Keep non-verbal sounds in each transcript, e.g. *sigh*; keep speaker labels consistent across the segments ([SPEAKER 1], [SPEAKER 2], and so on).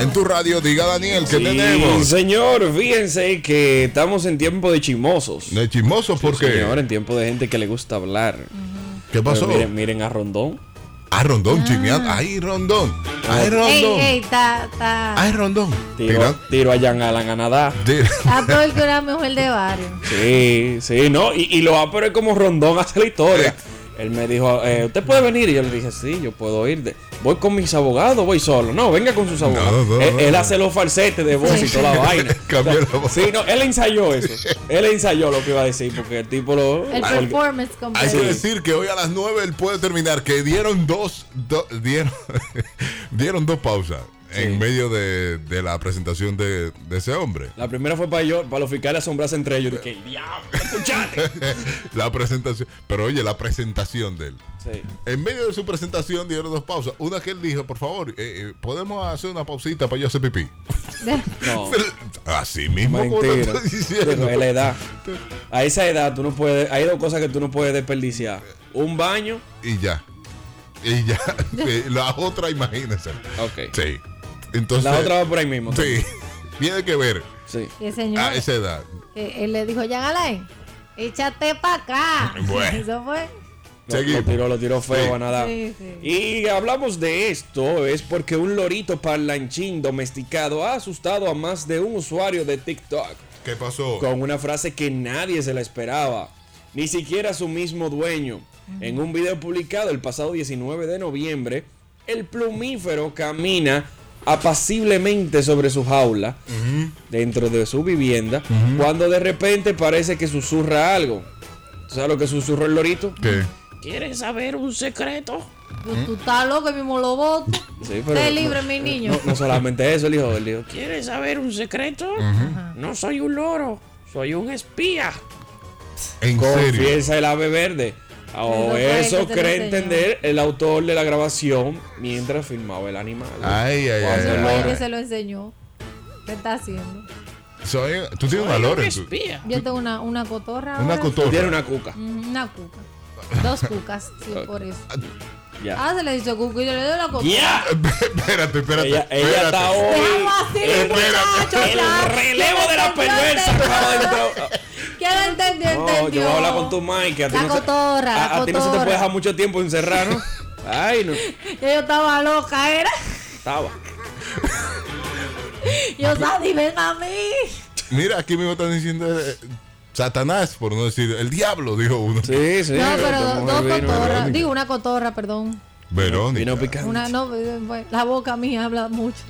[SPEAKER 1] en tu radio. Diga Daniel, ¿qué tenemos?
[SPEAKER 2] Señor, fíjense que estamos en tiempo de chismosos.
[SPEAKER 1] De chismoso, ¿por qué?
[SPEAKER 2] Señor, en tiempo de gente que le gusta hablar.
[SPEAKER 1] ¿Qué
[SPEAKER 2] Pero
[SPEAKER 1] pasó?
[SPEAKER 2] miren, miren a Rondón.
[SPEAKER 1] Ah, Rondón, chismeando. Ay, Rondón. Ay, Rondón.
[SPEAKER 3] Ey, ey, está, está.
[SPEAKER 1] Ay, Rondón.
[SPEAKER 2] Tiro,
[SPEAKER 1] Tira-
[SPEAKER 2] tiro a Jan Alan a nadar. *laughs*
[SPEAKER 1] tira.
[SPEAKER 3] Está todo el que era mejor de barrio.
[SPEAKER 2] Sí, sí, no. Y, y lo va a poner como Rondón hace
[SPEAKER 1] *laughs*
[SPEAKER 2] la historia. Él me dijo, eh, ¿usted puede venir? Y yo le dije, sí, yo puedo ir. De- voy con mis abogados, voy solo. No, venga con sus abogados.
[SPEAKER 1] no,
[SPEAKER 2] él,
[SPEAKER 1] no.
[SPEAKER 2] él hace los falsetes de voz
[SPEAKER 1] *laughs*
[SPEAKER 2] y toda la vaina.
[SPEAKER 1] Cambió la voz.
[SPEAKER 2] sí, no, él ensayó eso.
[SPEAKER 1] *laughs*
[SPEAKER 2] Él ensayó lo que iba a decir porque el tipo lo...
[SPEAKER 3] El
[SPEAKER 2] porque-
[SPEAKER 3] performance
[SPEAKER 1] Hay
[SPEAKER 3] completo.
[SPEAKER 1] que decir que hoy a las 9 él puede terminar, que dieron dos, do- dieron, *laughs* dieron dos pausas en medio de, de la presentación de, de ese hombre. *laughs*
[SPEAKER 2] La primera fue para yo, para los fiscales asombrarse entre ellos. Dije, el diablo, escuchate.
[SPEAKER 1] la presentación, pero oye, la presentación de él.
[SPEAKER 2] *laughs* Sí.
[SPEAKER 1] En medio de su presentación dieron dos pausas. Una que él dijo, por favor, eh, eh, podemos hacer una pausita para yo hacer pipí.
[SPEAKER 3] *laughs*
[SPEAKER 2] *laughs* No.
[SPEAKER 1] Así mismo como lo
[SPEAKER 2] Oh. Mentira.
[SPEAKER 1] estoy *laughs* diciendo.
[SPEAKER 2] Pero es la
[SPEAKER 1] *laughs*
[SPEAKER 2] edad. A esa edad tú no puedes, hay dos cosas que tú no puedes desperdiciar. Un baño.
[SPEAKER 1] Y ya. Y
[SPEAKER 2] *laughs*
[SPEAKER 1] ya. Sí, la otra, imagínense.
[SPEAKER 2] Ok.
[SPEAKER 1] Sí. Entonces.
[SPEAKER 2] La otra va por ahí mismo.
[SPEAKER 1] Sí. Tiene que ver
[SPEAKER 2] Sí.
[SPEAKER 3] Y el señor,
[SPEAKER 2] Ah,
[SPEAKER 1] a esa edad.
[SPEAKER 3] eh, él le dijo, Jan Alain, échate para acá.
[SPEAKER 1] Bueno.
[SPEAKER 3] *laughs* Eso fue.
[SPEAKER 2] Lo,
[SPEAKER 1] Seguimos.
[SPEAKER 2] lo tiró, lo tiró feo
[SPEAKER 1] Sí.
[SPEAKER 2] a nadar.
[SPEAKER 3] Sí, sí.
[SPEAKER 2] Y hablamos de esto es porque un lorito parlanchín domesticado ha asustado a más de un usuario de TikTok
[SPEAKER 1] ¿Qué pasó?
[SPEAKER 2] con una frase que nadie se la esperaba, ni siquiera su mismo dueño. En un video publicado el pasado 19 de noviembre, el plumífero camina apaciblemente sobre su jaula dentro de su vivienda cuando de repente parece que susurra algo. ¿Sabes lo que susurró el lorito?
[SPEAKER 1] ¿Qué?
[SPEAKER 2] ¿Quieres saber un secreto?
[SPEAKER 3] Pues tú estás loco, mismo
[SPEAKER 2] *laughs*
[SPEAKER 3] lo voto.
[SPEAKER 2] Sí, pero-
[SPEAKER 3] Sé libre, mi niño.
[SPEAKER 2] No, no solamente eso, el hijo del hijo. ¿Quieres saber un secreto? No soy un loro, soy un espía.
[SPEAKER 1] En serio.
[SPEAKER 2] Confiesa el ave verde. O
[SPEAKER 3] Pero fue
[SPEAKER 2] eso
[SPEAKER 3] que te lo
[SPEAKER 2] cree
[SPEAKER 3] enseñó.
[SPEAKER 2] entender el autor de la grabación mientras filmaba el animal.
[SPEAKER 1] Ay, ay, ay.
[SPEAKER 2] Cuando
[SPEAKER 3] Eso
[SPEAKER 1] ay.
[SPEAKER 3] fue
[SPEAKER 2] Lora.
[SPEAKER 3] que se lo enseñó. ¿Qué está haciendo?
[SPEAKER 1] Soy- tú tienes una
[SPEAKER 2] Soy un
[SPEAKER 1] lora en tu-
[SPEAKER 2] espía.
[SPEAKER 3] Yo tengo una, una cotorra.
[SPEAKER 1] Una
[SPEAKER 3] ahora.
[SPEAKER 2] Tiene
[SPEAKER 1] cotorra.
[SPEAKER 2] una cuca.
[SPEAKER 3] Ujú, Una cuca. Dos cucas, sí, por eso.
[SPEAKER 2] Ya.
[SPEAKER 3] Ah, se le dice cuca y yo le doy la cotorra.
[SPEAKER 2] ¡Ya!
[SPEAKER 1] *laughs* espérate, espérate.
[SPEAKER 2] Ella, ella
[SPEAKER 1] espérate.
[SPEAKER 2] está hoy.
[SPEAKER 3] Dejamos así,
[SPEAKER 2] el-
[SPEAKER 3] muchacho, ya.
[SPEAKER 2] el relevo de la
[SPEAKER 3] Tiene
[SPEAKER 2] perversa.
[SPEAKER 3] temblor,
[SPEAKER 2] acaba de
[SPEAKER 3] temblor.
[SPEAKER 2] entrar.
[SPEAKER 3] ¿Quién lo entendió?
[SPEAKER 2] No,
[SPEAKER 3] entendió.
[SPEAKER 2] yo voy a hablar con tu Mike. que a ti
[SPEAKER 3] La
[SPEAKER 2] no se-
[SPEAKER 3] cotorra, la
[SPEAKER 2] a- A ti no se te
[SPEAKER 3] cotorra.
[SPEAKER 2] puede dejar mucho tiempo encerrar, ¿no? Ay, no.
[SPEAKER 3] Ya Yo estaba loca, era.
[SPEAKER 2] Estaba.
[SPEAKER 3] Yo salí, ven a mí.
[SPEAKER 1] Mira, aquí mismo están diciendo eh, Satanás, por no decir el diablo, dijo uno.
[SPEAKER 2] Sí, sí.
[SPEAKER 3] no, pero
[SPEAKER 2] tomó
[SPEAKER 3] do-
[SPEAKER 2] el vino,
[SPEAKER 3] dos cotorras.
[SPEAKER 2] Verónica.
[SPEAKER 3] Digo, una cotorra, perdón.
[SPEAKER 1] Verónica.
[SPEAKER 2] Vino picante.
[SPEAKER 3] Una, no, eh, bueno, la boca mía habla mucho.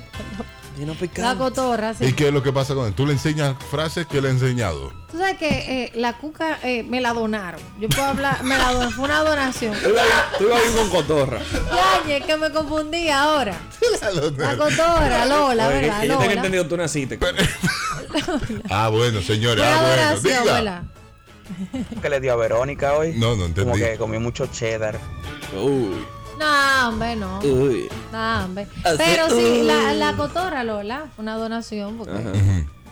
[SPEAKER 2] Vino
[SPEAKER 3] La
[SPEAKER 2] picante.
[SPEAKER 3] cotorra,
[SPEAKER 1] ¿Y
[SPEAKER 3] sí.
[SPEAKER 1] qué es lo que pasa con él? Tú le enseñas frases que le he
[SPEAKER 2] *laughs*
[SPEAKER 1] enseñado.
[SPEAKER 3] Tú sabes que eh, la cuca eh, me la donaron. Yo puedo hablar, me la donaron. Fue una donación.
[SPEAKER 2] Tú ibas bien- Tú ibas bien con cotorra.
[SPEAKER 3] Yañe, que me confundí ahora. La cotorra, Lola,
[SPEAKER 2] Oye,
[SPEAKER 3] ¿verdad?
[SPEAKER 2] que yo tengo
[SPEAKER 3] Lola.
[SPEAKER 2] entendido tú naciste. con-
[SPEAKER 1] Ah, bueno, señores.
[SPEAKER 3] Una
[SPEAKER 1] Ah, bueno.
[SPEAKER 3] donación,
[SPEAKER 1] Diga.
[SPEAKER 3] ¿verdad?
[SPEAKER 4] que le dio a Verónica hoy.
[SPEAKER 1] No, no
[SPEAKER 4] Como
[SPEAKER 1] entendí.
[SPEAKER 4] que comí mucho cheddar.
[SPEAKER 2] Uy,
[SPEAKER 3] No, hombre, no.
[SPEAKER 2] uy.
[SPEAKER 3] No, Ah, hombre.
[SPEAKER 2] Así,
[SPEAKER 3] Pero sí,
[SPEAKER 2] uh.
[SPEAKER 3] la, la cotorra, Lola, fue una donación, porque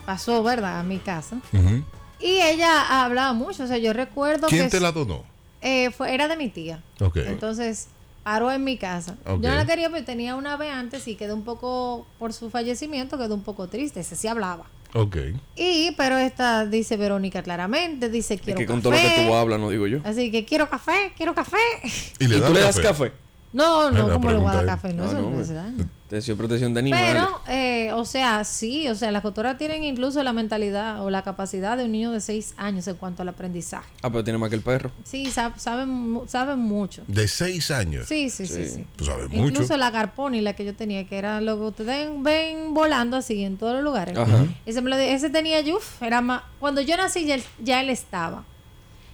[SPEAKER 3] pasó, ¿verdad? A mi casa.
[SPEAKER 1] Ujú.
[SPEAKER 3] Y ella hablaba mucho. O sea, yo recuerdo
[SPEAKER 1] ¿Quién
[SPEAKER 3] que
[SPEAKER 1] te la donó?
[SPEAKER 3] eh, fue- era de mi tía.
[SPEAKER 1] Ok.
[SPEAKER 3] Entonces, paró en mi casa.
[SPEAKER 1] Ok.
[SPEAKER 3] Yo no la quería, pero tenía una vez antes y quedó un poco, por su fallecimiento, quedó un poco triste. Ese sí hablaba.
[SPEAKER 1] Ok.
[SPEAKER 3] Y, pero esta dice Verónica claramente, dice
[SPEAKER 2] Es
[SPEAKER 3] quiero
[SPEAKER 2] que
[SPEAKER 3] café.
[SPEAKER 2] con todo lo que tú hablas, no digo yo.
[SPEAKER 3] Así que quiero café, quiero café. *laughs*
[SPEAKER 1] ¿Y le,
[SPEAKER 2] ¿Y
[SPEAKER 1] dan
[SPEAKER 2] tú le das café?
[SPEAKER 3] No, no,
[SPEAKER 1] la
[SPEAKER 3] ¿cómo le voy a dar
[SPEAKER 1] pregunta es-
[SPEAKER 3] café? No,
[SPEAKER 2] No,
[SPEAKER 3] eso
[SPEAKER 2] no,
[SPEAKER 3] no,
[SPEAKER 2] hombre.
[SPEAKER 3] se daña.
[SPEAKER 2] Te dio protección de animales.
[SPEAKER 3] Pero, eh, o sea, sí, o sea, las cotorras tienen incluso la mentalidad o la capacidad de un niño de 6 años en cuanto al aprendizaje.
[SPEAKER 2] Ah, pero tiene más que el perro.
[SPEAKER 3] Sí, sab- saben, mu- saben mucho.
[SPEAKER 1] De seis años.
[SPEAKER 3] Sí, sí, sí, sí.
[SPEAKER 1] Tú sabes mucho.
[SPEAKER 3] Incluso la Garponi, la que yo tenía, que era lo que ustedes ven volando así en todos los lugares.
[SPEAKER 2] Ajá.
[SPEAKER 3] Ese, me lo di- ese tenía yuf, era más... Cuando yo nací ya él, ya él estaba.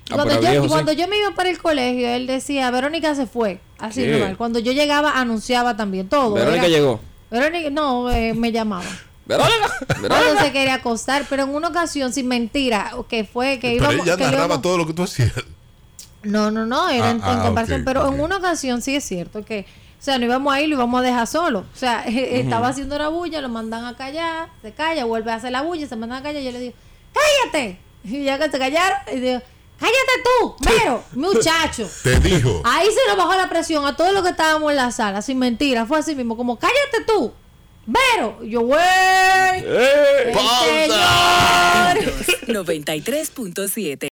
[SPEAKER 2] Ah,
[SPEAKER 3] Cuando,
[SPEAKER 2] pero
[SPEAKER 3] yo,
[SPEAKER 2] viejo, sí.
[SPEAKER 3] cuando yo me iba para el colegio, él decía, Verónica se fue. Así
[SPEAKER 2] ¿Qué?
[SPEAKER 3] normal. Cuando yo llegaba, anunciaba también todo.
[SPEAKER 2] Verónica
[SPEAKER 3] Era-
[SPEAKER 2] llegó.
[SPEAKER 3] Verónica, no, eh, me llamaba. *laughs*
[SPEAKER 2] Verónica.
[SPEAKER 3] Cuando
[SPEAKER 2] Verónica.
[SPEAKER 3] se quería acostar, pero en una ocasión, sin mentira, que fue que
[SPEAKER 1] Pero
[SPEAKER 3] íbamos...
[SPEAKER 1] ella
[SPEAKER 3] que
[SPEAKER 1] narraba
[SPEAKER 3] íbamos-
[SPEAKER 1] todo lo que tú hacías.
[SPEAKER 3] No, no, no, era
[SPEAKER 1] Ah,
[SPEAKER 3] en, en
[SPEAKER 1] ah,
[SPEAKER 3] comparación,
[SPEAKER 1] ok,
[SPEAKER 3] pero en
[SPEAKER 1] ok.
[SPEAKER 3] una ocasión sí es cierto que, o sea, no íbamos ahí, lo íbamos a dejar solo. O sea, *laughs* eh, estaba haciendo una bulla, lo mandan a callar, se calla, vuelve a hacer la bulla, se mandan a callar, yo le digo, cállate. Y ya que se callaron, y digo, cállate tú,
[SPEAKER 1] *laughs*
[SPEAKER 3] mero, muchacho.
[SPEAKER 1] Te
[SPEAKER 3] Ah,
[SPEAKER 1] dijo.
[SPEAKER 3] Ahí se nos bajó la presión a todos los que estábamos en la sala, sin mentira, fue así mismo, como cállate tú. Vero. Y yo, güey.
[SPEAKER 2] ¡Eh!
[SPEAKER 3] el
[SPEAKER 1] ¡Pausa!
[SPEAKER 3] señor.
[SPEAKER 5] 93.7